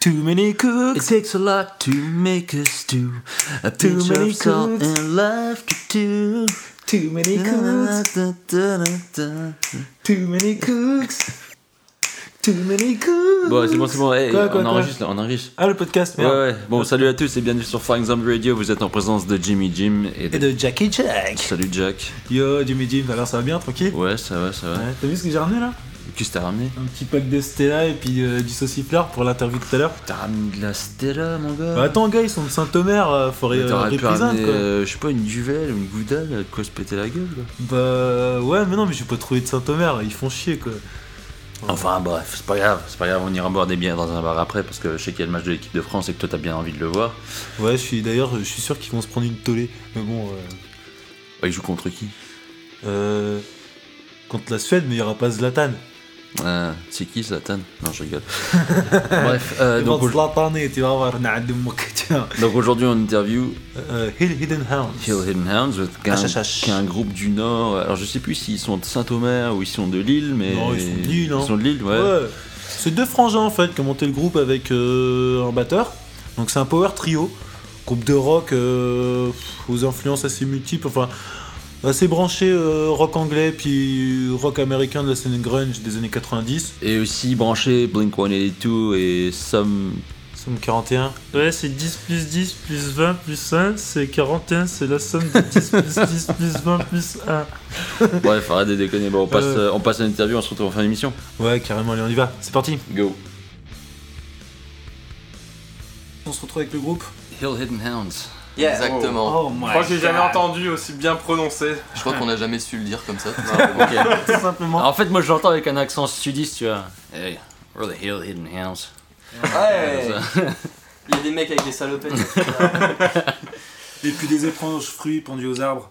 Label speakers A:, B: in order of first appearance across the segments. A: Too many cooks.
B: It takes a lot to make a stew. A
A: Too
B: pinch
A: many
B: of salt
A: cooks.
B: and laughter too.
A: Too many cooks.
B: Da, da, da, da, da.
A: Too many cooks. Too many cooks.
B: Bon, c'est bon, c'est bon. Hey,
A: Quoi, quoi,
B: on
A: quoi
B: enregistre, là, on enregistre.
A: Ah, le podcast,
B: Ouais,
A: merde.
B: ouais. Bon, salut à tous et bienvenue sur Flying Zombie Radio. Vous êtes en présence de Jimmy Jim et de...
A: Et de Jackie Jack.
B: Salut Jack.
A: Yo, Jimmy Jim, alors ça va bien, tranquille
B: Ouais, ça va, ça va.
A: Ouais, T'as vu ce que j'ai ramené là
B: Qu'est-ce que t'as ramené
A: Un petit pack de Stella et puis euh, du saucifleur pour l'interview de tout à l'heure.
B: T'as ramené de la Stella, mon gars
A: Bah, attends, gars, ils sont de Saint-Omer, euh, faut ré-
B: Mais T'aurais pu
A: reprisante,
B: ramener,
A: quoi.
B: euh, je sais pas, une duvel ou une goudale, de quoi se péter la gueule. quoi.
A: Bah, ouais, mais non, mais j'ai pas trouvé de Saint-Omer, ils font chier quoi.
B: Enfin bref, c'est pas grave, c'est pas grave, on ira boire des bières dans un bar après parce que je sais qu'il y a le match de l'équipe de France et que toi t'as bien envie de le voir.
A: Ouais, je suis d'ailleurs, je suis sûr qu'ils vont se prendre une tollée. Mais bon, euh,
B: Ouais, Ah, il joue contre qui
A: euh, contre la Suède, mais il y aura pas Zlatan.
B: Euh, C'est qui Zlatan Non, je rigole. bref, euh, donc, au- donc aujourd'hui on interview
A: Euh, Hidden
B: Hill Hidden Hounds, qui est
A: Ah,
B: un,
A: ah, ah.
B: qui est un groupe du Nord. Alors je sais plus s'ils sont de Saint-Omer ou ils sont de Lille, mais.
A: Non, ils sont de Lille, hein.
B: Ils sont de Lille, ouais.
A: Ouais. C'est deux frangins en fait qui ont monté le groupe avec euh, un batteur. Donc c'est un power trio, groupe de rock euh, aux influences assez multiples, enfin assez branché euh, rock anglais puis rock américain de la scène grunge des années 90,
B: Et aussi branché Blink 182 et Some.
A: somme 41.
C: Ouais, c'est 10 plus 10 plus 20 plus 1, c'est 41, c'est la somme de 10 plus 10 plus 20 plus 1.
B: Bref, arrête de déconner. Bon, on passe,
A: Euh.
B: euh, on passe à l'interview, on se retrouve en fin d'émission.
A: Ouais, carrément, allez, on y va. C'est parti.
B: Go.
A: On se retrouve avec le groupe.
B: Hill Hidden Hounds.
D: Exactement.
A: Oh my
E: Je crois que j'ai jamais entendu aussi bien prononcé.
D: Je crois qu'on n'a jamais su le dire comme ça.
A: Tout simplement.
B: en fait, moi je l'entends avec un accent sudiste, tu vois. Hey, we're the Hill Hidden Hounds.
D: Ouais. Il y a des mecs avec des salopettes.
A: Et puis des étranges fruits pendus aux arbres.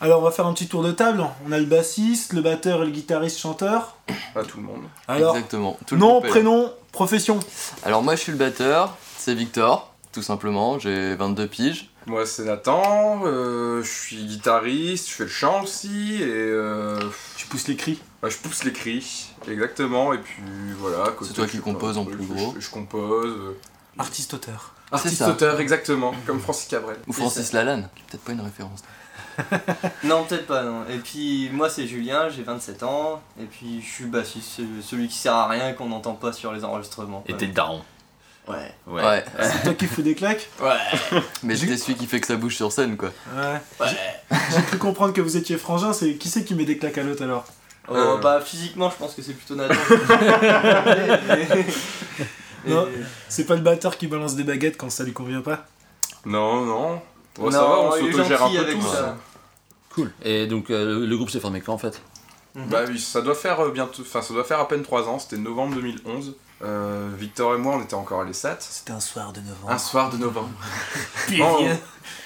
A: Alors on va faire un petit tour de table. On a le bassiste, le batteur et le guitariste chanteur.
E: Pas tout le monde.
A: Alors,
D: Exactement. Tout le
A: nom,
D: groupe est là.
A: prénom, profession.
D: Alors moi je suis le batteur, c'est Victor, tout simplement, j'ai 22 piges.
E: Moi c'est Nathan, euh, je suis guitariste, je fais le chant aussi et euh,
A: Tu pousses les cris.
E: bah, je pousse les cris, exactement. Et puis voilà. à côté,
D: C'est toi
E: je
D: qui
E: fais plein de
D: composes en
E: trucs,
D: plus
E: je-
D: gros.
E: Je, compose. euh,
A: Artiste-auteur.
E: Artiste
D: ça.
E: auteur, exactement, comme Francis Cabrel.
D: Ou Francis Lalanne, qui est peut-être pas une référence.
F: Non, peut-être pas, non. Et puis, moi, c'est Julien, j'ai 27 ans, et puis je suis bassiste, c'est celui qui sert à rien et qu'on n'entend pas sur les enregistrements. quoi.
B: Et t'es le daron.
F: Ouais.
B: Ouais.
D: Ouais.
A: C'est toi qui fous des claques
D: Mais j'étais celui qui fait que ça bouge sur scène quoi.
A: Ouais. J'ai j'ai cru comprendre que vous étiez frangin, c'est qui c'est qui met des claques à l'autre alors
F: Oh,
E: Euh.
F: bah, physiquement, je pense que c'est plutôt Nathan. Et-
A: Non. C'est pas le batteur qui balance des baguettes quand ça lui convient pas
E: Non, non. Ouais, ça
F: Non,
E: va, on
F: il est
E: s'autogère un
F: gentil
E: peu
F: avec
E: tous.
F: ça.
B: Cool. Et donc euh, le- le groupe s'est formé quand en fait
E: Bah oui, ça doit faire euh, bientôt, enfin ça doit faire à peine 3 ans. C'était novembre 2011. Euh, Victor et moi, on était encore à l'ESAT.
A: C'était un soir de novembre.
E: Un soir de novembre. Non,
A: Oh.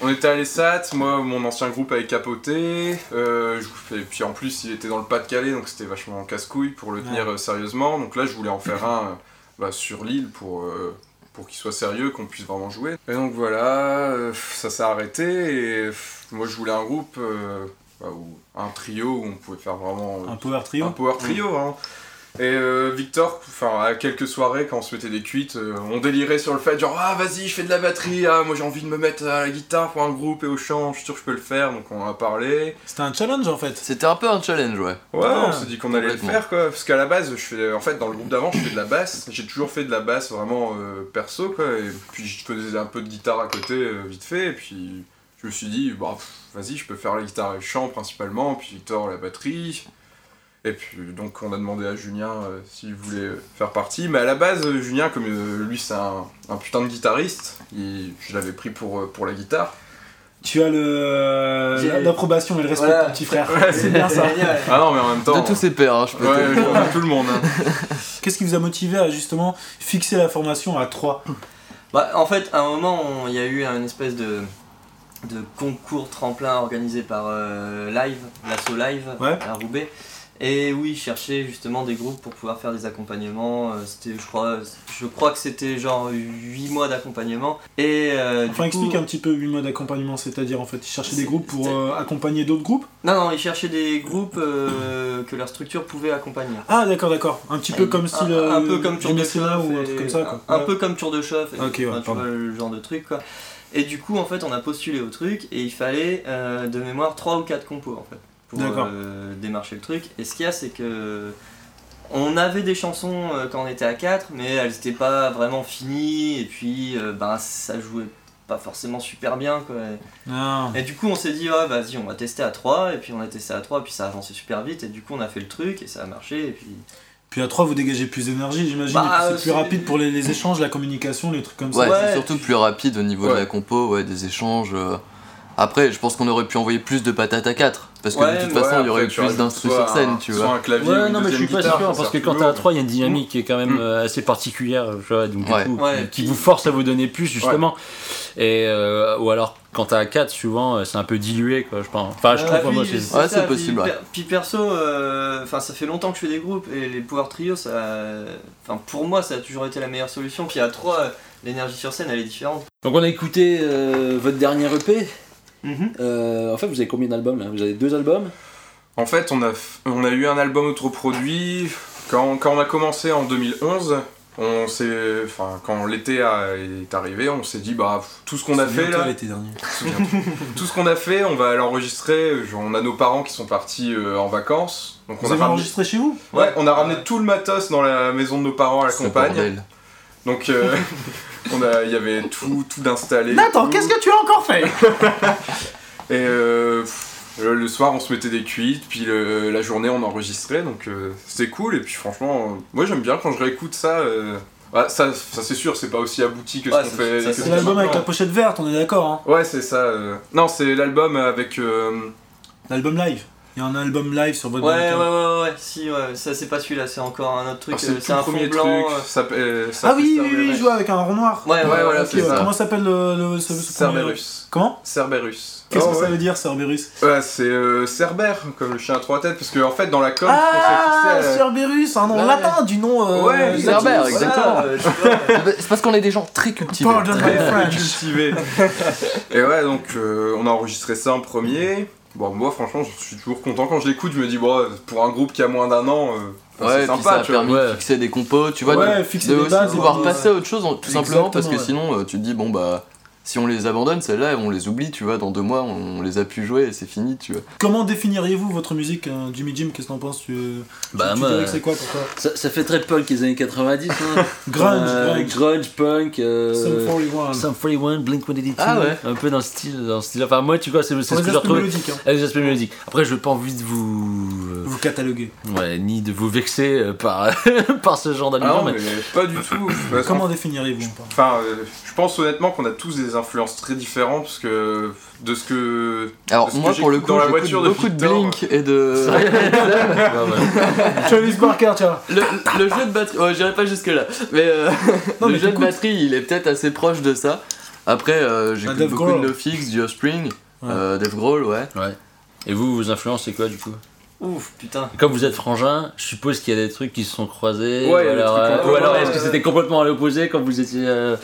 E: on était à l'ESAT, moi mon ancien groupe avait capoté, euh, je- et puis en plus il était dans le Pas-de-Calais donc c'était vachement casse-couille pour le tenir euh, sérieusement. Donc là je voulais en faire un euh, bah, sur l'île pour, euh, pour qu'il soit sérieux, qu'on puisse vraiment jouer. Et donc voilà, euh, ça s'est arrêté et euh, moi je voulais un groupe, euh, bah, ou un trio où on pouvait faire vraiment euh,
A: Un power
E: un
A: trio
E: power trio. hein. Et euh, Victor, enfin à quelques soirées quand on se mettait des cuites, euh, on délirait sur le fait genre ah vas-y je fais de la batterie, ah moi j'ai envie de me mettre à la guitare pour un groupe et au chant, je suis sûr que je peux le faire, donc on en a parlé.
A: C'était un challenge en fait.
D: C'était un peu un challenge ouais.
E: Ouais,
A: Ah,
E: on s'est dit qu'on allait le
D: complètement.
E: faire quoi, parce qu'à la base je fais, en fait dans le groupe d'avant je fais de la basse, j'ai toujours fait de la basse vraiment euh, perso quoi, et puis je faisais un peu de guitare à côté euh, vite fait, et puis je me suis dit bah pff, vas-y je peux faire la guitare et le chant principalement, puis Victor la batterie, et puis donc on a demandé à Julien euh, s'il voulait euh, faire partie. Mais à la base, euh, Julien, comme euh, lui c'est un, un putain de guitariste, il- je l'avais pris pour, euh, pour la guitare.
A: Tu as le
F: J'ai-
A: l'approbation et le respect
F: Voilà.
A: de ton petit frère.
E: Ouais,
A: c'est bien ça.
F: Génial.
E: Ah non mais en même temps...
D: De tous ses pères, hein, je peux
E: Ouais,
D: te-
E: je comprends tout le monde. hein.
A: Qu'est-ce qui vous a motivé à justement fixer la formation à 3
F: Bah, en fait, à un moment, on- il y a eu un espèce de, de concours tremplin organisé par euh, Live, l'asso Live
E: Ouais.
F: à Roubaix. Et oui, ils cherchaient justement des groupes pour pouvoir faire des accompagnements. Euh, C'était, je crois, je crois que c'était genre 8 mois d'accompagnement. Et euh,
A: Enfin,
F: du coup-
A: explique un petit peu 8 mois d'accompagnement, c'est-à-dire en fait, ils cherchaient des groupes pour
F: C'est-
A: euh, accompagner d'autres groupes
F: Non, non, ils cherchaient des groupes euh, que leur structure pouvait accompagner.
A: Ah, d'accord, d'accord. Un petit peu
F: Et-
A: comme
F: un-
A: style.
F: un,
A: euh,
F: peu comme
A: du
F: Tour de
A: mécénat
F: Chauffe
A: ou un
F: et-
A: truc comme ça, quoi.
F: un- un
A: Ouais. Ah,
F: peu comme Tour de Chauffe et-
A: Ok, ouais,
F: enfin, tu
A: pardon.
F: vois, le genre de truc quoi et du coup en fait on a postulé au truc et il fallait euh, de mémoire 3 ou 4 compos en fait pour
A: D'accord.
F: euh, démarcher le truc et ce qu'il y a c'est que on avait des chansons euh, quand on était à 4 mais elles n'étaient pas vraiment finies et puis euh, ben ça jouait pas forcément super bien quoi
A: Ah.
F: et du coup, on s'est dit, ah, vas-y, on va tester à 3, et puis on a testé à 3, puis ça a avancé super vite, et du coup, on a fait le truc, et ça a marché, et puis.
A: Puis à 3, vous dégagez plus d'énergie, j'imagine.
F: Bah,
A: et puis
F: euh,
A: c'est plus
F: c'est-
A: rapide pour les, les échanges, la communication, les trucs comme
D: Ouais,
A: ça.
F: Ouais.
D: c'est surtout plus rapide au niveau de
E: Ouais.
D: la compo, ouais, des échanges. euh. Après, je pense qu'on aurait pu envoyer plus de patates à 4. Parce que
F: Ouais,
D: de toute
F: mais-
D: façon, il y
E: Euh, après,
D: aurait eu
E: tu
D: plus
E: rajoutes
D: d'instru
E: soit
D: sur scène,
E: un-
D: tu
E: soit
D: vois.
E: un clavier ou
B: Ouais,
E: une
B: non, mais je suis
E: deuxième
B: pas
E: guitare,
B: sûr,
E: ça
B: parce que
E: sert
B: quand
E: plus
B: t'as à
E: long.
B: 3, il y a une dynamique qui est quand même euh, assez particulière, tu vois, donc, du
D: Ouais.
B: coup,
F: Ouais,
B: qui
F: puis-
B: vous force à vous donner plus, justement. Et, euh, ou alors, quand t'as à 4, souvent, euh, c'est un peu dilué, quoi, je pense. Enfin, je
E: Euh,
F: Ah,
B: trouve,
F: puis,
B: moi, c'est.
F: c'est
D: Ouais,
F: ça,
D: c'est possible,
F: Puis,
D: ouais.
F: puis perso, euh, enfin, ça fait longtemps que je fais des groupes, et les pouvoirs trio, ça. Enfin, pour moi, ça a toujours été la meilleure solution, puis à 3, euh, l'énergie sur scène, elle est différente.
G: Donc on a écouté euh, votre dernier EP.
F: Mhm.
G: Euh, en fait, vous avez combien d'albums là Vous avez deux albums
E: En fait, on a, f- on a eu un album autoproduit. Quand, quand on a commencé en 2011, on s'est, enfin, quand l'été a- est arrivé, on s'est dit, bah, pff, tout ce qu'on a
A: C'est
E: fait
A: bientôt
E: là,
A: l'été dernier.
E: Souviens-toi. tout ce qu'on a fait, on va l'enregistrer. Genre, On a nos parents qui sont partis euh, en vacances. Donc on
A: Vous
E: a,
A: avez
E: ramené,
A: enregistré chez vous
E: ouais, on a ramené tout le matos dans la maison de nos parents à la
D: Ce
E: campagne.
D: bordel.
E: Donc euh, on a- il y avait tout, tout d'installé.
A: Nathan,
E: tout.
A: qu'est-ce que tu as encore fait
E: Et euh, pff, le, le soir, on se mettait des cuites, puis le- la journée, on enregistrait, donc euh, c'était cool. Et puis franchement, euh, moi j'aime bien quand je réécoute ça. euh, ah, ça, ça c'est sûr, c'est pas aussi abouti que
F: Ouais,
E: ce qu'on
F: c'est-
E: fait.
F: ça,
E: que ce
F: c'est
A: C'est
E: qu'on fait
A: l'album avec la
E: maintenant.
A: pochette verte, on est d'accord. Hein.
E: Ouais, c'est ça. euh. Non, c'est l'album avec. euh,
A: L'album live. Il y a un album live sur votre
F: Ouais, ouais,
A: Bandcamp.
F: ouais, ouais, ouais, euh, si, ouais, ça, c'est pas celui-là, c'est encore un autre truc,
E: ah,
F: euh,
E: c'est le
F: c'est
E: tout
F: un fond
E: premier
F: blanc.
E: truc.
F: euh,
E: Ça, euh, ça
A: Ah oui,
E: fait
A: oui, oui,
E: Cerberus.
A: il joue avec un rond noir.
F: Ouais, ouais,
E: Ouais, voilà,
F: ok,
A: Ah,
E: c'est
A: Ok, ouais.
E: ça.
A: Comment s'appelle le, le, ce- ce premier-
E: Cerberus.
A: Comment
E: Cerberus.
A: Qu'est-ce
E: Ah,
A: que
E: ouais.
A: ça veut dire, Cerberus
E: Ouais, c'est euh, Cerbère, comme le chien à trois têtes, parce qu'en en fait, dans la com,
A: Ah,
E: on s'est fixé à-
A: Cerberus, un nom
E: Ouais.
A: latin, du nom. euh,
E: Ouais,
A: latin.
D: Cerber,
A: Voilà.
D: exactement.
F: euh, tu vois, ouais.
D: Bah, C'est parce qu'on est des gens très cultivés.
A: Pardon my French.
E: cultivé. Et ouais, donc euh, on a enregistré ça en premier. Bon, moi franchement, je suis toujours content quand je l'écoute. Je me dis, bon, pour un groupe qui a moins d'un an, euh, enfin,
D: Ouais,
E: c'est
D: puis ça
E: sympa,
D: a
E: tu vois.
D: permis de
B: Ouais.
D: fixer des compos, tu vois,
A: Ouais,
D: de,
A: fixer
D: de
A: des
D: aussi
A: bases,
D: pouvoir
A: ouais.
D: passer à autre chose, en- tout simplement, parce que
A: Exactement,
D: sinon, euh, tu te dis, bon, bah, si on les abandonne, celles-là, on les oublie, tu vois, dans deux mois, on les a pu jouer et c'est fini, tu vois.
A: Comment définiriez-vous votre musique, hein, Jimmy Jim Qu'est-ce que t'en penses tu,
G: Bah,
A: tu
G: moi,
A: dirais
G: euh,
A: que c'est quoi pour toi
G: ça, ça fait très punk les années 90. hein.
A: Grunge,
G: Euh,
A: grunge.
G: grunge, punk. euh,
A: Sum 41.
G: Sum 41, Blink 182.
D: Ah ouais.
G: Un peu dans ce style. Dans ce style. Enfin, moi, tu vois, c'est c'est
A: Pour
G: ce
A: les
G: que j'ai
A: aspects
G: retrouvé.
A: mélodiques, hein.
G: Avec les aspects mélodiques. Après, je n'ai pas envie de vous.
A: Vous cataloguez.
G: euh, ouais, ni de vous vexer euh, par, par ce genre
E: Ah non,
G: d'album. mais-
E: mais pas du tout. Parce
A: Comment définiriez-vous je sais pas.
E: Enfin, euh, je pense honnêtement qu'on a tous des influences très différentes parce que de ce que.
D: Alors,
E: Parce que
D: moi, pour le
E: j'écoute
D: coup,
E: dans la
D: j'écoute
E: voiture de
D: beaucoup de
E: Victor.
D: Blink et de.
A: Travis Barker, tu vois.
D: le, le jeu de batterie, ouais, j'irai pas jusque-là, mais euh,
A: Non,
D: le
A: mais
D: jeu de
A: t'écoutes.
D: batterie, il est peut-être assez proche de ça. Après,
A: Ah,
D: euh,
A: Dave
D: j'écoute beaucoup
A: Grohl.
D: de No Fix, du Offspring,
A: Ouais.
D: euh, Dave Grohl, ouais.
B: Et vous, vos influences, c'est quoi, du coup
F: Ouf, putain.
B: Comme vous êtes frangin, je suppose qu'il y a des trucs qui se sont croisés.
E: Ouais, il y
B: ou
E: a des
B: alors,
E: trucs
B: euh,
E: qu'on-
B: ou alors
E: ouais,
B: est-ce que
E: ouais,
B: c'était complètement à l'opposé quand vous étiez. euh,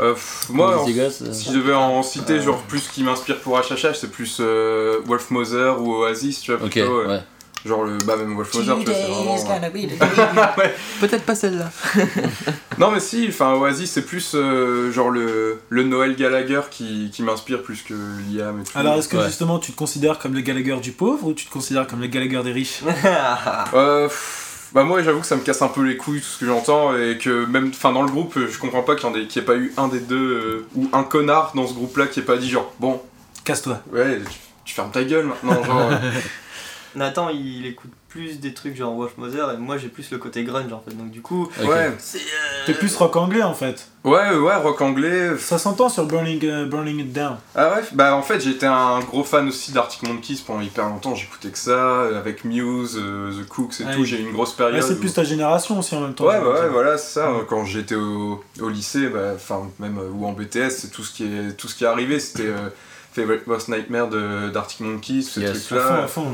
E: Euh, pff,
B: quand
E: moi,
B: vous
E: en-
B: étiez gosse, euh
E: si je devais en citer, genre plus qui m'inspire pour HHH, c'est plus euh, Wolf Moser ou Oasis, tu vois.
B: Ok,
E: plutôt, euh,
B: ouais.
E: Genre, le, bah, même Wolf Moser, tu vois, c'est vraiment. euh,
D: Peut-être pas celle-là.
E: Non mais si, enfin Oasis c'est plus euh, genre le, le Noël Gallagher qui, qui m'inspire plus que Liam et tout.
A: Alors, est-ce que
B: Ouais.
A: justement tu te considères comme le Gallagher du pauvre ou tu te considères comme le Gallagher des riches
E: Euh, pff, bah moi j'avoue que ça me casse un peu les couilles tout ce que j'entends et que même enfin dans le groupe euh, je comprends pas qu'il y en ait, qu'il y ait pas eu un des deux euh, ou un connard dans ce groupe là qui ait pas dit genre bon
A: Casse-toi.
E: ouais tu, tu fermes ta gueule maintenant genre euh,
F: Nathan, il écoute plus des trucs genre Wolf Mother et moi j'ai plus le côté grunge en fait. Donc du coup,
B: Ok.
E: ouais
F: c'est euh,
A: T'es plus rock anglais en fait.
E: ouais ouais rock anglais
A: Ça s'entend sur Burning, euh, Burning It Down.
E: Ah ouais, bah en fait j'étais un gros fan aussi d'Arctic Monkeys pendant hyper longtemps, j'écoutais que ça, euh, avec Muse, euh, The Cooks et
A: Ah
E: tout,
A: oui.
E: j'ai eu une grosse période.
A: Ouais, c'est
E: où-
A: plus ta génération aussi en même temps.
E: Ouais,
A: j'ai
E: bah ouais,
A: l'impression.
E: voilà, c'est ça. Quand j'étais au, au lycée, bah, enfin, même euh, ou en BTS, c'est tout ce qui est tout ce qui est arrivé, c'était. euh, Favorite Boss Nightmare de- d'Arctic Monkeys, ces
B: Yes.
A: À fond,
E: trucs-là.
A: à fond.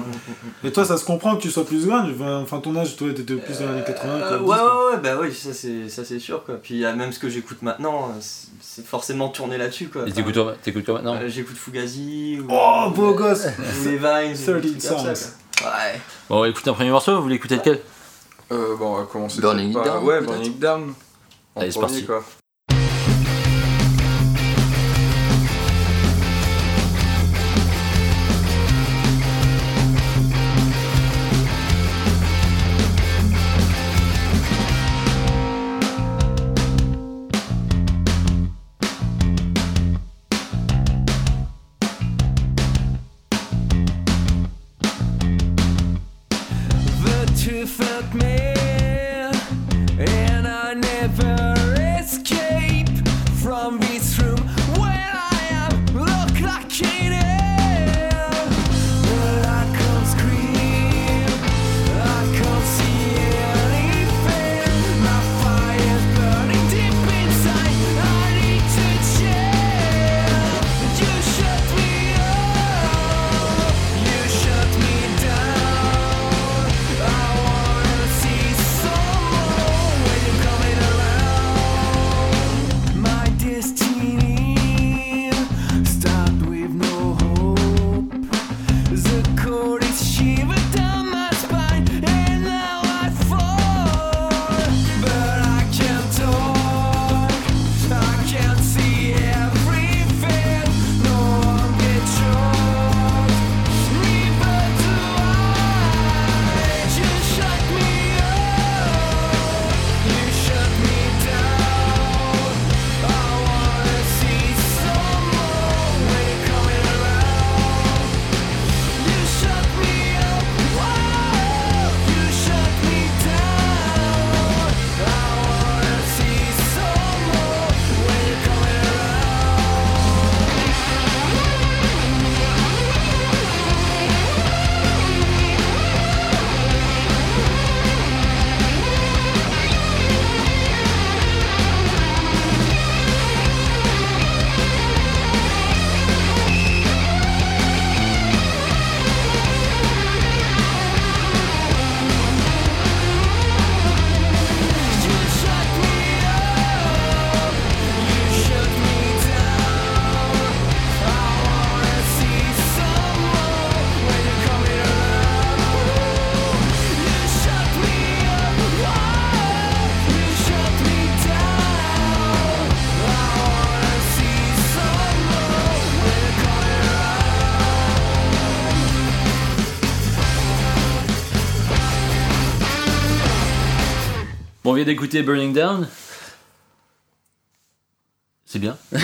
A: Et toi, ça se comprend que tu sois plus grunge. Enfin, ton âge, toi, t'étais plus dans les années 80. quoi,
F: Euh, ouais,
A: 10, quoi.
F: ouais, ouais, bah oui, ça c'est, ça c'est sûr quoi. Puis euh, même ce que j'écoute maintenant, euh, c'est c'est forcément tourné là-dessus quoi.
B: Et
F: Enfin,
B: t'écoutes quoi- t'écoutes quoi maintenant
F: euh, j'écoute Fugazi ou.
A: Oh, beau gosse
F: ou les Vines. ou des
A: 13
F: trucs comme ça,
A: songs.
F: quoi. Ouais.
B: Bon, on va écouter un premier morceau, vous voulez écouter lequel
E: Euh, bon, on va commencer
D: Burning
E: par-
D: It Down,
E: Ouais,
D: peut-être
E: Burning It Down. En
B: Allez, c'est
E: premier,
B: parti.
E: quoi.
H: the truth of me, and I never escape from this room where I am. Look like it is. But I can't scream, I can't see anything. My fire's burning deep inside. I need to chill. You shut me up, you shut me down. I wanna see someone when you're coming around. My destiny started with no hope. The cold is shivering down my spine, and now I fall. But I can't talk, I can't see everything. No one gets shot, neither do I. You shut me up, you shut me down. I wanna see someone when you're coming around. You shut me up, you shut me down. I wanna see someone when you're coming around. You shut me up, you shut me down. I wanna see someone when you're coming around. You shut me up, you shut me down. I wanna see someone when you're coming around.
B: Bon, on vient d'écouter Burning Down. C'est bien.
A: On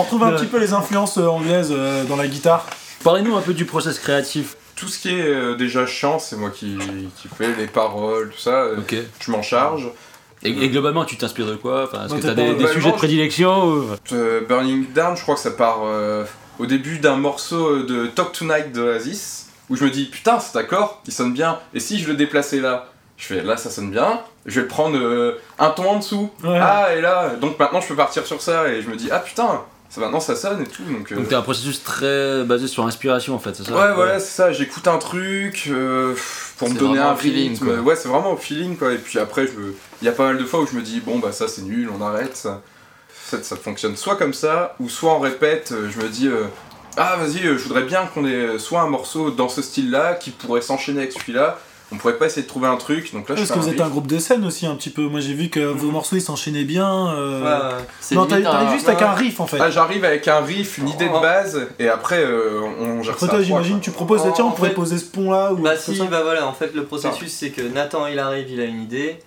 A: retrouve un petit peu les influences euh, anglaises euh, dans la guitare.
B: Parlez-nous un peu du process créatif.
E: Tout ce qui est euh, déjà chant, c'est moi qui, qui fais les paroles, tout ça. euh,
B: Ok. Et,
E: Je m'en charge.
B: et globalement, tu t'inspires de quoi enfin, Est-ce
A: Dans
B: que
A: tes
B: t'as des,
A: paroles.
B: des
E: Bah,
B: sujets de
E: non,
B: prédilection ou-
E: Euh, Burning Down, je crois que ça part euh, au début d'un morceau euh, de Talk Tonight d'Oasis, où je me dis putain, cet accord, il sonne bien, et si je le déplaçais là Je fais là, ça sonne bien, je vais le prendre euh, un ton en dessous,
A: Ouais.
E: ah, et là, donc maintenant je peux partir sur ça, et je me dis ah putain, ça, maintenant ça sonne et tout, donc. euh,
B: Donc t'as un processus très basé sur l'inspiration en fait, c'est ça
E: Ouais, voilà, c'est ça. J'écoute un truc euh, pour me
D: C'est
E: donner
D: vraiment
E: un
D: au feeling,
E: feeling.
D: quoi.
E: Ouais, c'est vraiment au feeling, quoi. Et puis après, je me- il y a pas mal de fois où je me dis, bon, bah ça c'est nul, on arrête. Ça, ça, ça fonctionne soit comme ça, ou soit on répète. euh, Je me dis, euh, ah vas-y, euh, je voudrais bien qu'on ait soit un morceau dans ce style-là qui pourrait s'enchaîner avec celui-là. On pourrait pas essayer de trouver un truc. Donc là, je
A: Parce
E: fais
A: que
E: un
A: vous êtes
E: riff.
A: un groupe de scène aussi, un petit peu. Moi, j'ai vu que vos morceaux, ils s'enchaînaient bien. euh,
F: Mhm. Ouais, ouais.
D: C'est
A: Non, t'arrives
D: limite un-
A: t'arrives juste avec
E: ouais.
A: un riff, en fait.
E: Ah, j'arrive avec un riff, une idée de
F: Oh.
E: base, et après euh, on gère
A: Après,
E: ça.
A: toi,
E: à trois,
A: j'imagine,
E: quoi.
A: tu proposes,
F: En-
A: tiens, on
F: en
A: pourrait
F: fait-
A: poser ce pont-là ou un
F: Bah
A: truc
F: si,
A: comme ça.
F: bah voilà, en fait le processus c'est que Nathan il arrive, il a une idée,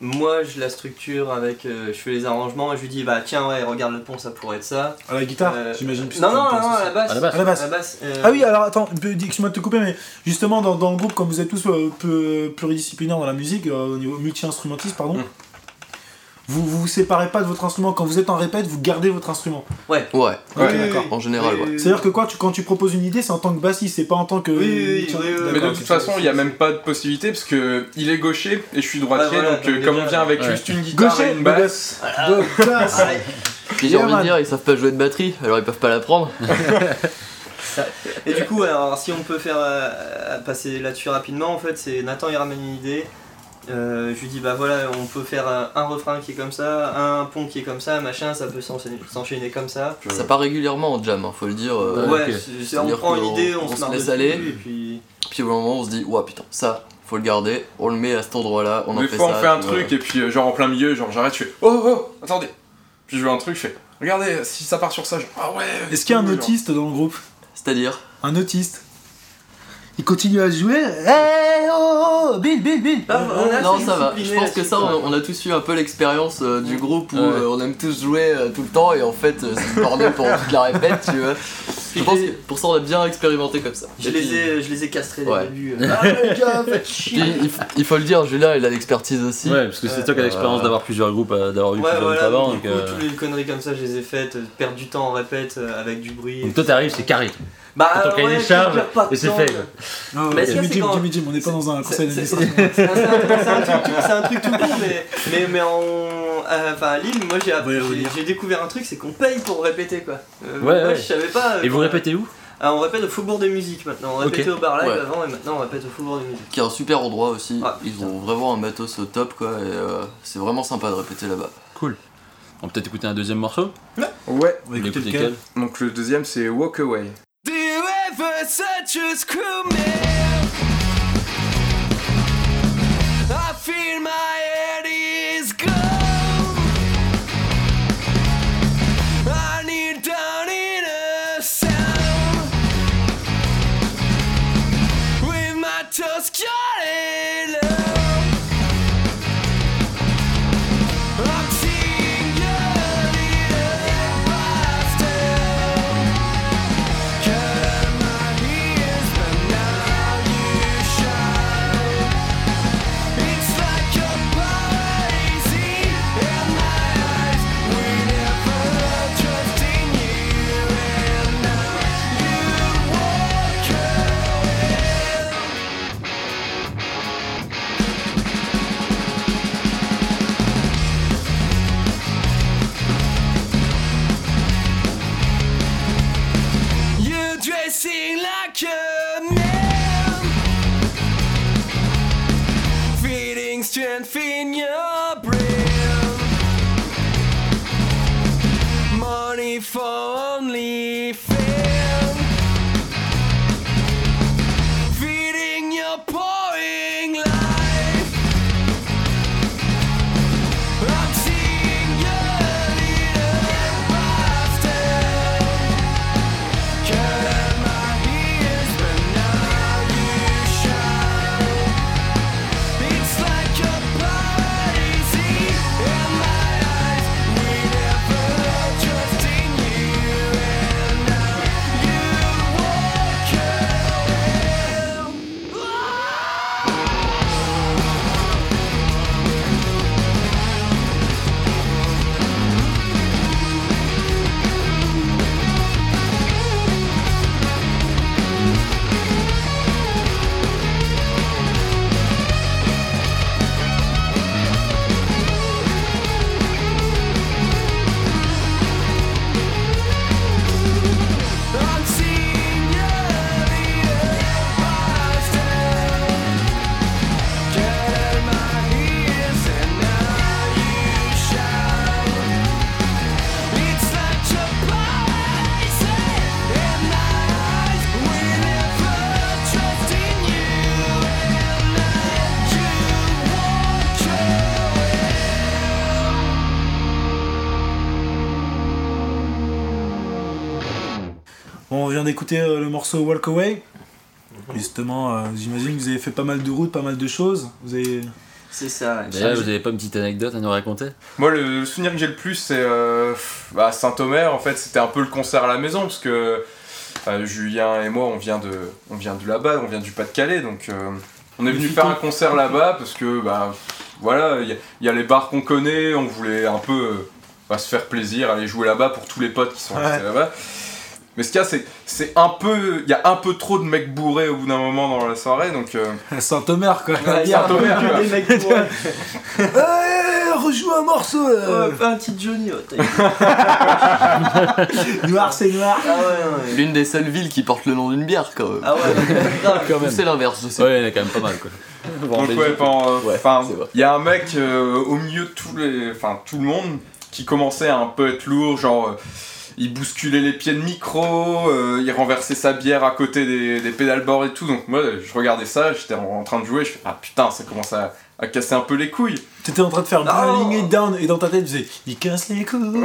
F: moi je la structure avec, euh, je fais les arrangements et je lui dis bah tiens ouais regarde le pont ça pourrait être ça.
A: À la guitare,
F: Euh,
A: j'imagine. puisque
F: Non
A: tu
F: non
A: penses
F: non,
A: aussi.
F: à la basse.
B: À la basse.
A: À la basse.
F: euh,
A: Ah oui, alors attends, euh, excuse-moi de te couper, mais justement, dans, dans le groupe, comme vous êtes tous euh, peu- pluridisciplinaires dans la musique, euh, au niveau multi-instrumentiste, pardon,
F: Hmm.
E: Mm.
A: vous, vous vous séparez pas de votre instrument. Quand vous êtes en répète, vous gardez votre instrument.
F: Ouais.
D: Ouais,
E: Ouais,
A: ok, d'accord.
D: en général, ouais.
A: C'est-à-dire que quoi, tu, quand tu proposes une idée, c'est en tant que bassiste, c'est pas en tant que.
F: Oui, oui, oui,
A: Tiens,
F: oui, oui,
A: d'accord,
E: Mais de
F: D'accord,
E: toute
A: ok.
E: façon, il n'y a même pas de possibilité parce que il est gaucher
D: Ah,
E: et je suis droitier,
F: Ouais, voilà,
E: donc euh,
F: donc
E: comme
F: déjà,
E: on vient avec
B: ouais.
E: juste une guitare et
A: Gaucher,
E: une
A: le
E: basse,
A: gosse. De classe.
F: Ah, ouais.
D: Puis j'ai envie de dire, ils savent pas jouer de batterie, alors ils peuvent pas la prendre.
F: Et du coup, alors si on peut faire euh, passer là-dessus rapidement, en fait, c'est Nathan il ramène une idée. Euh, je lui dis bah voilà, on peut faire euh, un refrain qui est comme ça, un pont qui est comme ça, machin, ça peut s'enchaîner s'enchaîner comme ça.
D: Ça part régulièrement en jam, hein, faut le dire. euh,
F: ouais,
B: ok.
F: c'est- c'est- on
D: C'est-à-dire
F: prend une
D: qu'on-
F: idée, on,
D: on se
F: marre
D: laisse
F: dessus,
D: aller.
F: et puis
D: Puis au bout d'un moment, on se dit, ouah putain, ça, faut le garder, on le met à cet endroit-là, on en
E: Des
D: fait
E: fois,
D: ça.
E: on fait un
D: puis
E: truc et puis, euh, genre, en plein milieu, genre, j'arrête, je fais Oh, oh, attendez. Puis je vois un truc, je fais Regardez, si ça part sur ça, genre, ah ouais.
A: Est-ce qu'il y a un
E: cool, genre.
A: autiste dans le groupe
D: voilà. C'est-à-dire,
A: Un autiste Il continue à jouer Hey oh, oh, Bill, Bill, Bill
F: Bah, on a
D: Ah, non,
F: assez
D: ça va.
F: discipliné
D: Je pense que
F: là-dessus,
D: ça,
F: quoi.
D: on, on a tous eu un peu l'expérience euh, du groupe où euh, on aime tous jouer euh, tout le temps et en fait, euh, c'est le bordel pendant toute la répète, tu vois. Je pense que pour ça, on a bien expérimenté comme ça.
F: Je
D: Et
F: les
D: puis-
F: ai, je les ai castrés dès le
D: Ouais.
F: début. Ah,
D: puis, il, f- il faut le dire, Julien, il a l'expertise aussi.
B: Ouais, parce que c'est toi qui as l'expérience
D: Euh,
B: d'avoir plusieurs groupes, euh, d'avoir eu
F: Ouais,
B: plusieurs groupes
F: voilà,
B: avant. Donc,
F: donc, du coup,
B: euh,
F: toutes les conneries comme ça, je les ai faites, euh, perdre du temps en répète euh, avec du bruit.
B: donc toi, t'arrives, c'est carré.
F: Bah,
B: T'as ton cahier
F: ouais,
B: des
F: je
B: charges
F: perds pas de
B: et c'est
F: temps.
B: fait.
A: Non,
F: Mais est-ce
A: Jimmy
F: que c'est
A: Jim,
F: quand-
A: Jimmy Jim, on n'est pas dans un
F: C'est
A: conseil
F: c'est- c'est
A: d'administration.
F: un, c'est un- c'est un truc tout- c'est un truc tout con, mais, mais, mais en, euh, enfin, à Lille, moi j'ai app-
A: Ouais,
F: j'ai-
A: revenir.
F: j'ai découvert un truc, c'est qu'on paye pour répéter quoi. Euh,
B: Ouais,
F: moi,
B: ouais.
F: je savais pas. euh,
B: Et vous
F: qu'on-
B: répétez où
F: Ah, on répète au Faubourg des Musiques maintenant. On répétait au Bar Live
D: Ouais.
F: avant et maintenant on répète au Faubourg des Musiques.
D: Qui est un super endroit aussi.
F: Ah,
D: Ils
F: putain.
D: ont vraiment un matos au top, quoi. Et euh, c'est vraiment sympa de répéter là-bas.
B: On peut peut-être écouter un deuxième morceau
E: Ouais.
A: On va écouter
B: écoute
A: lequel
E: Donc, le deuxième, c'est Walk Away.
H: Do you ever such a screw me? I feel my head is gone. I need down in a sound with my toes curling up. I'm seeing you little bastard. You're dressing like a man, feeding strength in your brain. Money for only fame, feeding your boring life. I'm seeing your little bastard. Curling my ears, but now you shout. It's like your body's in my eyes. We never trust in you, and now you walk away. I'm seeing your little bastard. Curling my ears, and now you shout. It's like your body's in my eyes. We never trust in you, and now you walk away.
A: Bon, on vient d'écouter euh, le morceau Walk Away. Justement, euh, j'imagine que vous avez fait pas mal de routes, pas mal de choses. Vous avez...
F: C'est ça.
B: D'ailleurs, vous avez pas une petite anecdote à nous raconter
E: Moi, le le souvenir que j'ai le plus, c'est euh, à Saint-Omer. En fait, c'était un peu le concert à la maison parce que enfin, Julien et moi, on vient de, on vient de là-bas, on vient du Pas-de-Calais, donc euh, on est venu faire un concert là-bas parce que, bah, voilà, il y, a- il y a les bars qu'on connaît, on voulait un peu euh, bah, se faire plaisir, aller jouer là-bas pour tous les potes qui sont restés là-bas. Mais ce qu'il y a, c'est, c'est un peu. Il y a un peu trop de mecs bourrés au bout d'un moment dans la soirée, donc. euh,
G: Saint-Omer, quoi.
F: Ouais,
E: Pierre
F: ça,
E: Thomas,
F: que
E: quoi.
F: des mecs pour- ouais,
G: rejoue un morceau
F: pas un petit Johnny. ouais, t'as-
G: Noir, c'est noir.
F: ah ouais, non, mais-
D: L'une des seules villes qui porte le nom d'une bière, quand même.
F: Ah ouais, grave.
D: Ou c'est l'inverse, je sais.
B: Ouais, il y en a quand même pas mal quoi.
E: donc, ouais, enfin, euh,
D: Ouais,
E: enfin,
D: c'est vrai.
E: il y a un mec euh, au milieu de tous les, enfin, tout le monde qui commençait à un peu être lourd, genre. euh, il bousculait les pieds de micro, euh, il renversait sa bière à côté des, des pédalboards et tout. Donc moi, je regardais ça, j'étais en, en train de jouer, je fais ah putain, ça commence à, à casser un peu les couilles.
A: T'étais en train de faire
F: Non.
A: Burning It Down et dans ta tête tu faisais il casse les couilles.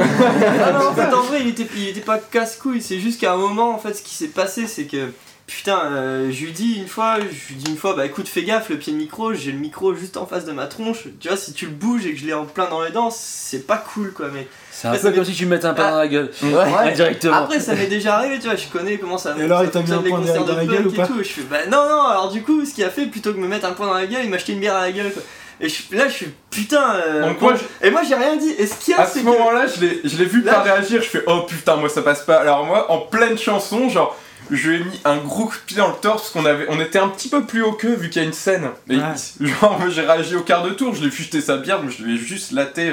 F: Ah non, en fait, en vrai, il était, il était pas casse-couille. C'est juste qu'à un moment, en fait, ce qui s'est passé, c'est que. Putain, euh, je lui dis une fois, je lui dis une fois, bah écoute, fais gaffe, le pied de micro, j'ai le micro juste en face de ma tronche. Tu vois, si tu le bouges et que je l'ai en plein dans les dents, c'est pas cool quoi, mais.
B: C'est un
F: Mais
B: peu
F: c'est-
B: comme si tu me mettais un pain dans la gueule.
F: Ouais.
B: Indirectement.
F: Après, ça m'est déjà arrivé, tu vois, je connais comment ça.
A: Et alors, il
F: ça
A: t'a mis
F: fonctionne,
A: un
F: les
A: point
F: concerts
A: dans la
F: de
A: gueule
F: punk
A: ou
F: et
A: pas
F: tout. Je fais, bah non, non, alors du coup, ce qu'il a fait, plutôt que de me mettre un point dans la gueule, il m'a acheté une bière à la gueule quoi. Et je- là, je suis putain. euh,
E: Donc moi,
F: bon. Et moi, Ah, j'ai rien dit. Et ce qu'il y a,
E: À
F: c'est
E: ce
F: que.
E: moment-là, je l'ai- je l'ai vu
F: Là,
E: pas réagir, je fais oh putain, moi ça passe pas. Alors moi, en pleine chanson, genre, je lui ai mis un gros coup de pied dans le torse parce qu'on avait, on était un petit peu plus haut que vu qu'il y a une scène. Et genre, moi j'ai réagi au quart de tour, je l'ai vu jeter sa bière, mais je lui ai juste laté,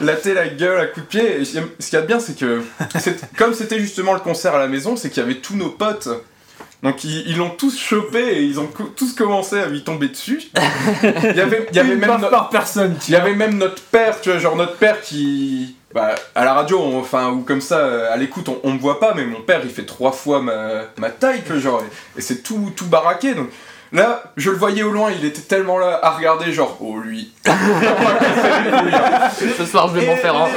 E: laté la gueule à coup de pied. Et ce qu'il y a de bien, c'est que c'est- comme c'était justement le concert à la maison, c'est qu'il y avait tous nos potes. Donc ils ils l'ont tous chopé et ils ont co- tous commencé à lui tomber dessus. Il y avait, il y avait même no-
A: personne.
E: il y avait même notre père, tu vois, genre notre père qui. Bah, à la radio, on- enfin, ou comme ça, euh, à l'écoute, on, on me voit pas, mais mon père, il fait trois fois ma, ma taille, tu vois, genre, et, et c'est tout, tout baraqué, donc. Là, je le voyais au loin, il était tellement là à regarder, genre, oh lui.
D: Ce soir, je vais m'en faire
F: hein.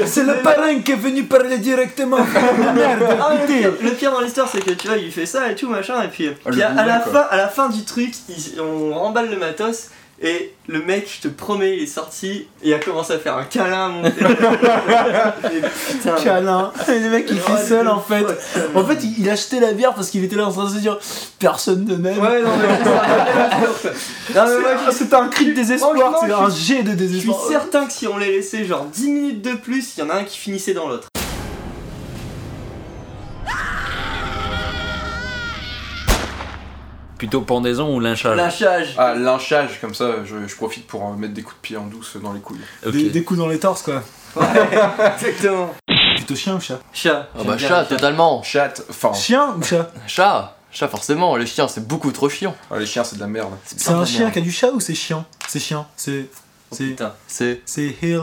D: un.
G: C'est le parrain qui est venu parler directement.
F: Ah, mais le, pire, le pire dans l'histoire, c'est que tu vois, il fait ça et tout machin, et puis,
E: Ah, le
F: puis à, à
E: bourrin,
F: la
E: quoi.
F: fin, à la fin du truc, il- on remballe le matos. Et le mec, je te promets, il est sorti et a commencé à faire un câlin à mon père. Et putain. Oh,
A: Câlin. Et le mec il fait
F: Ouais,
A: seul en fait.
F: ouais.
A: En fait il il a acheté la bière parce qu'il était là en train de se dire personne ne m'aime.
F: Ouais, non, mais Non, mais moi,
A: C'est-
F: Ah, je-
A: C'est un cri de désespoir,
F: Franchement,
A: c'est
F: je
A: un jet de
F: je suis
A: désespoir.
F: certain que si on les laissait genre 10 minutes de plus, il y en a un qui finissait dans l'autre.
B: Plutôt pendaison ou lynchage
F: Lâchage.
E: Ah, lynchage, comme ça, je, je profite pour euh, mettre des coups de pied en douce dans les couilles.
B: Ok.
A: Des, des coups dans les torses quoi.
F: Exactement.
A: Plutôt chien ou chat
F: Chat.
D: Ah bah, chat, totalement.
E: Chat, enfin,
A: Chien ou chat
D: Chat, chat, forcément. Les chiens, c'est beaucoup trop chiant.
E: ah, les chiens, c'est de la merde.
A: C'est un
D: bien.
A: chien qui a du chat ou c'est chiant C'est chiant. C'est. C'est.
F: Putain.
D: C'est.
A: C'est Hill.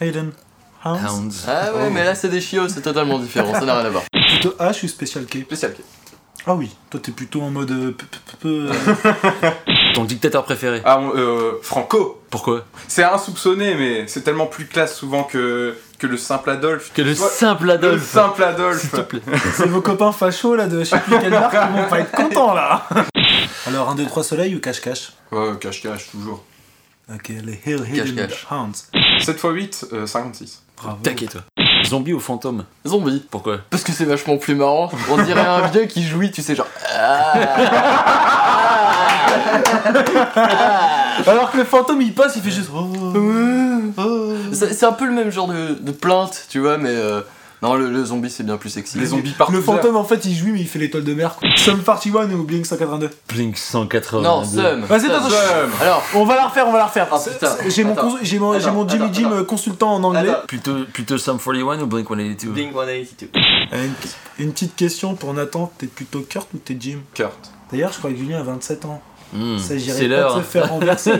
A: Hayden. Hounds.
B: Hounds.
D: Ah ouais, mais là, c'est des chiots, c'est totalement différent. Ça n'a rien à voir.
A: Plutôt H ou Special K
E: Spécial K.
A: Ah oui, toi t'es plutôt en mode. euh, p- p- p-
B: Ton dictateur préféré.
E: Ah, on- euh, Franco,
B: Pourquoi
E: c'est insoupçonné, mais c'est tellement plus classe souvent que, que le simple Adolphe.
B: Que le
E: Ouais,
B: simple
E: le
B: Adolphe.
E: simple Adolphe.
A: C'est vos copains fachos là de je sais plus quelle marque qui vont pas être contents là Alors 1, 2, 3 soleil ou cache-cache
E: Ouais, cache-cache, euh, toujours.
A: Ok, les Hill Hayden
D: Cache-cache.
A: Hounds.
E: 7 x 8, euh, 56.
A: Bravo.
B: Taquet toi. Zombie ou fantôme
D: Zombie.
B: Pourquoi
D: Parce que c'est vachement plus marrant. On dirait un vieux qui jouit, tu sais, genre.
A: Alors que le fantôme il passe, il fait juste. Oh, oh.
D: C'est c'est un peu le même genre de, de plainte, tu vois, mais. euh, Non, le, le zombie, c'est bien plus sexy.
E: Les zombies partout.
A: Le fantôme en fait il jouit mais il fait l'étoile de mer quoi. Sum 41 ou Blink 182
B: Blink 182.
D: Non, Sum.
A: Vas-y,
D: Sum.
A: attends,
E: Sum.
D: Alors,
A: On va la refaire, on va la refaire.
D: Ah, putain.
A: C'est- J'ai mon,
D: Attends.
A: cons- j'ai mon, j'ai mon
F: Attends,
A: Jimmy
F: attends,
A: Jim euh, consultant en anglais.
F: Attends.
B: Plutôt, plutôt Sum 41 ou Blink 182
F: Bing 182.
A: Euh, Une, une petite question pour Nathan, t'es plutôt Kurt ou t'es Jim
E: Kurt.
A: D'ailleurs je crois que Julien a 27 ans.
B: Hmm,
A: Il
B: C'est
A: s'agirait pas
B: l'heure.
A: de se faire renverser.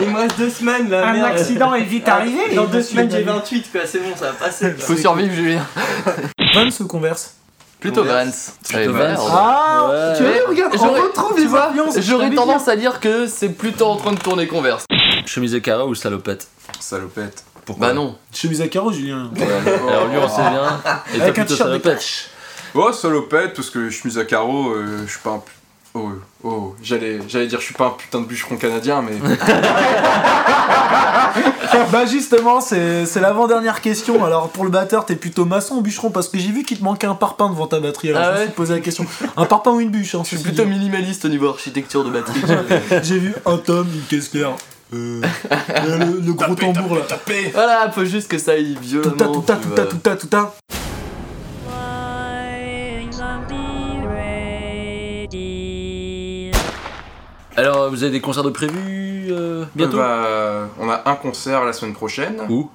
F: Il me reste deux semaines là, Ah, merde. Ah,
A: est vite
F: Dans deux semaines, j'ai 28, quoi. C'est bon, ça va passer. quoi.
D: faut survivre, Julien.
A: Vance ou Converse
D: Plutôt Vance. Eh, Allez, Vance.
A: Ah
B: Ouais.
A: Tu vois, regarde, on
D: J'aurais-
A: retrouve
D: Tu
A: les
D: vois,
A: influences.
D: j'aurais tendance à dire que c'est plutôt en train de tourner Converse.
B: Chemise de carreau ou salopette
E: Salopette.
B: Pourquoi
D: Bah non.
A: Chemise à carreaux, Julien.
B: Alors lui on sait bien. Et toi
A: Avec un
B: plutôt
A: t-shirt de
B: salopette.
A: clash.
E: Oh, salopette, parce que je suis à carreau, euh, je suis pas un. pu- Oh, oh, j'allais, j'allais dire je suis pas un putain de bûcheron canadien, mais.
A: Bah justement, c'est c'est l'avant-dernière question. Alors pour le batteur, t'es plutôt maçon ou bûcheron Parce que j'ai vu qu'il te manquait un parpaing devant ta batterie. Alors
D: Ah
A: je me
D: ouais
A: suis posé la question. Un parpaing ou une bûche hein,
D: Je suis
A: ceci
D: plutôt
A: dit.
D: minimaliste au niveau architecture de batterie.
A: J'ai vu un tome, une caisse claire. Euh, le, le gros tambour là.
D: voilà, faut juste que ça aille
A: Tout à
D: violemment.
A: tout à
D: tu
A: tout
D: vois.
A: à tout à tout à.
H: What
B: Alors, vous avez des concerts de prévus euh, bientôt
E: Bah, on a un concert la semaine prochaine.
B: Où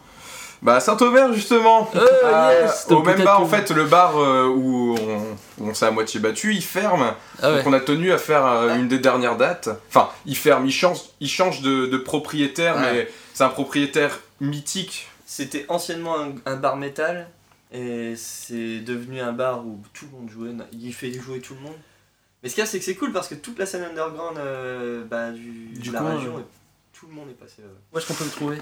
E: Bah à Saint-Omer justement
B: Euh,
E: Euh,
B: yes,
E: Au
B: donc
E: même
B: peut-être
E: bar
B: que-
E: en fait, le bar euh, où on, où on s'est à moitié battu, il ferme.
B: Ah ouais. Ah.
E: Donc on a tenu à faire euh, une des dernières dates. Enfin, il ferme, il change, il change de, de propriétaire,
B: Ah.
D: Ouais.
E: mais c'est un propriétaire mythique.
F: C'était anciennement un, un bar métal et c'est devenu un bar où tout le monde jouait, il fait jouer tout le monde. Mais ce qu'il y a, c'est que c'est cool parce que toute la scène underground euh, bah, du,
A: Du
F: de la
A: coin,
F: région, tout le monde est passé là.
B: Où est-ce qu'on peut le trouver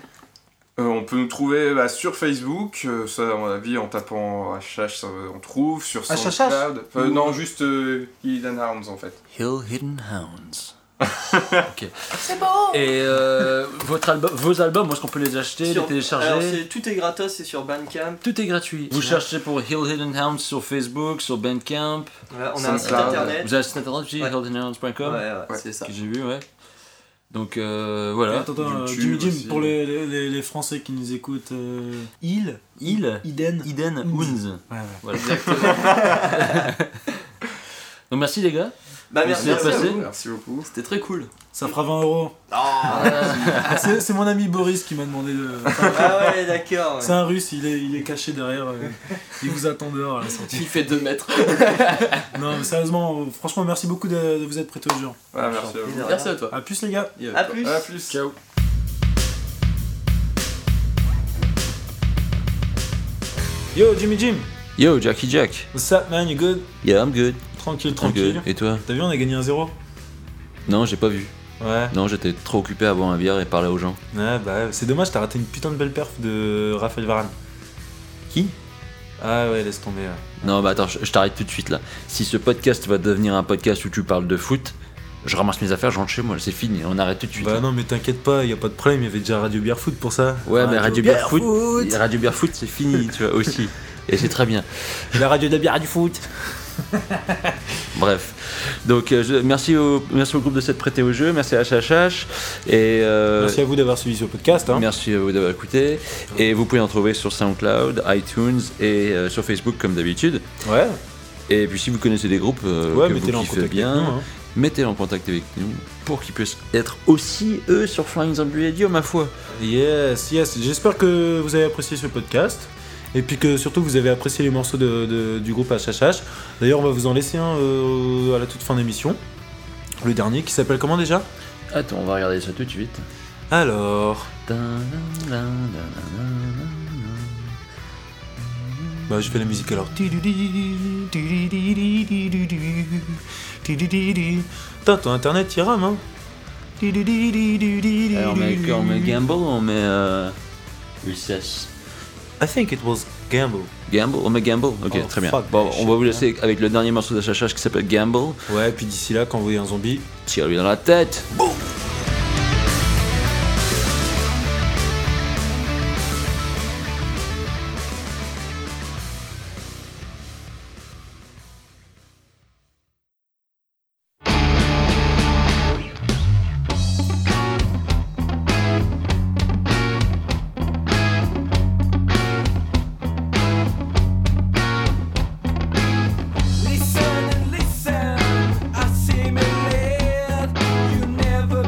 E: Euh, on peut nous trouver bah, sur Facebook, euh, ça à mon avis en tapant HH ça, euh, on trouve, sur
A: HHH?
E: SoundCloud. Euh,
A: Ou-
E: Non, juste euh, Hidden Arms en fait.
B: Hill Hidden Hounds. ok. C'est bon Et euh, votre album, vos albums, où est-ce qu'on peut les acheter,
F: Sur-
B: les télécharger
F: Alors, c'est- tout est gratos, c'est sur Bandcamp.
B: Tout est gratuit. Vous cherchez pour Hill Hidden Hounds sur Facebook, sur Bandcamp. Euh,
F: Voilà, on a un site
E: SoundCloud.
F: internet.
B: Vous avez un site internet aussi,
F: Ouais.
B: hillhiddenhounds.com,
F: Ouais, ouais.
D: C'est ça.
B: que j'ai vu, ouais. Donc euh, voilà. bah,
A: Attends, attends, euh,
E: YouTube
A: Jimmy Jim,
E: aussi.
A: pour les, les- les- les Français qui nous écoutent, euh,
B: Hill Hill
A: Iden.
B: Hidden
A: Hounds.
B: Hounds.
A: Ouais, ouais.
B: Voilà. Donc merci les gars.
F: Bah
B: On
F: merci.
B: s'est
F: à vous.
B: repassé.
E: Merci beaucoup.
D: C'était très cool.
A: Ça fera 20 euros. Ah, C'est c'est mon ami Boris qui m'a demandé de.
F: Ah ouais, d'accord. ouais.
A: C'est un russe, il est, il est caché derrière. euh, il vous attend dehors à la sortie.
D: Il fait 2 mètres.
A: Non, mais sérieusement, euh, franchement, merci beaucoup de, de vous être prêté au jeu. hein.
E: Voilà, merci à vous.
D: Merci à toi.
A: A plus, les gars.
D: Et euh,
F: À
D: toi.
F: plus.
E: À plus.
B: Ciao.
A: Yo, Jimmy Jim.
B: Yo Jackie Jack.
A: What's up, man? You good?
B: Yeah I'm good.
A: Tranquille,
B: I'm
A: tranquille.
B: good. Et toi
A: T'as vu, on a gagné un zéro.
B: Non j'ai pas vu.
A: Ouais.
B: Non j'étais trop occupé à boire un bière et parler aux gens.
A: Ouais, bah, c'est dommage, t'as raté une putain de belle perf de Raphaël Varane.
B: Qui
A: Ah ouais, laisse tomber. ouais.
B: Non, bah attends, je, je t'arrête tout de suite là. Si ce podcast va devenir un podcast où tu parles de foot, je ramasse mes affaires, je rentre chez moi, c'est fini, on arrête tout de suite.
A: Bah non, mais t'inquiète pas, y a pas de problème, il y avait déjà Radio Bière Foot pour ça. Ah,
B: ouais, mais Radio Bière Foot,
A: Foot.
B: Radio Bière Foot, c'est fini, tu vois, aussi. Et c'est très bien.
A: La radio de la bière et du foot.
B: Bref. Donc, euh, je- merci, au, merci au groupe de s'être prêté au jeu, merci à HHH. Et, euh,
A: Merci à vous d'avoir suivi ce podcast. Hein.
B: Merci à vous d'avoir écouté. Et vous pouvez en trouver sur SoundCloud, iTunes et euh, sur Facebook comme d'habitude.
A: Ouais,
B: Et puis si vous connaissez des groupes euh,
A: ouais,
B: que vous
A: mettez-le en
B: kiffez
A: contact.
B: bien,
A: avec nous, hein.
B: mettez-les en contact avec nous pour qu'ils puissent être aussi eux sur Flying Zombie Radio, ma foi.
A: Yes, yes. J'espère que vous avez apprécié ce podcast. Et puis que surtout vous avez apprécié les morceaux de- de- du groupe HHH. D'ailleurs, on va vous en laisser un euh, à la toute fin d'émission. Le dernier qui s'appelle comment déjà
B: Attends, on va regarder ça tout de suite. Eh,
A: Alors. Bah, je fais la musique alors. Putain, ton internet, il rame, hein
B: Alors, on met, on met Gamble, on met euh, Recess.
A: I think it was Gamble.
B: Gamble, on met Gamble Ok,
A: Oh,
B: très bien.
A: fuck,
B: Bon,
A: shit,
B: on va vous laisser avec le dernier morceau d'HHH qui s'appelle Gamble.
A: Ouais, puis d'ici là, quand vous voyez un zombie,
B: Tire-lui dans la tête.
H: Listen and listen, assimilate. You never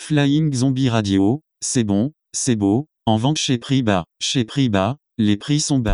I: Flying Zombie Radio, c'est bon, c'est beau, en vente chez Prix Bas. Chez Prix Bas, les prix sont bas.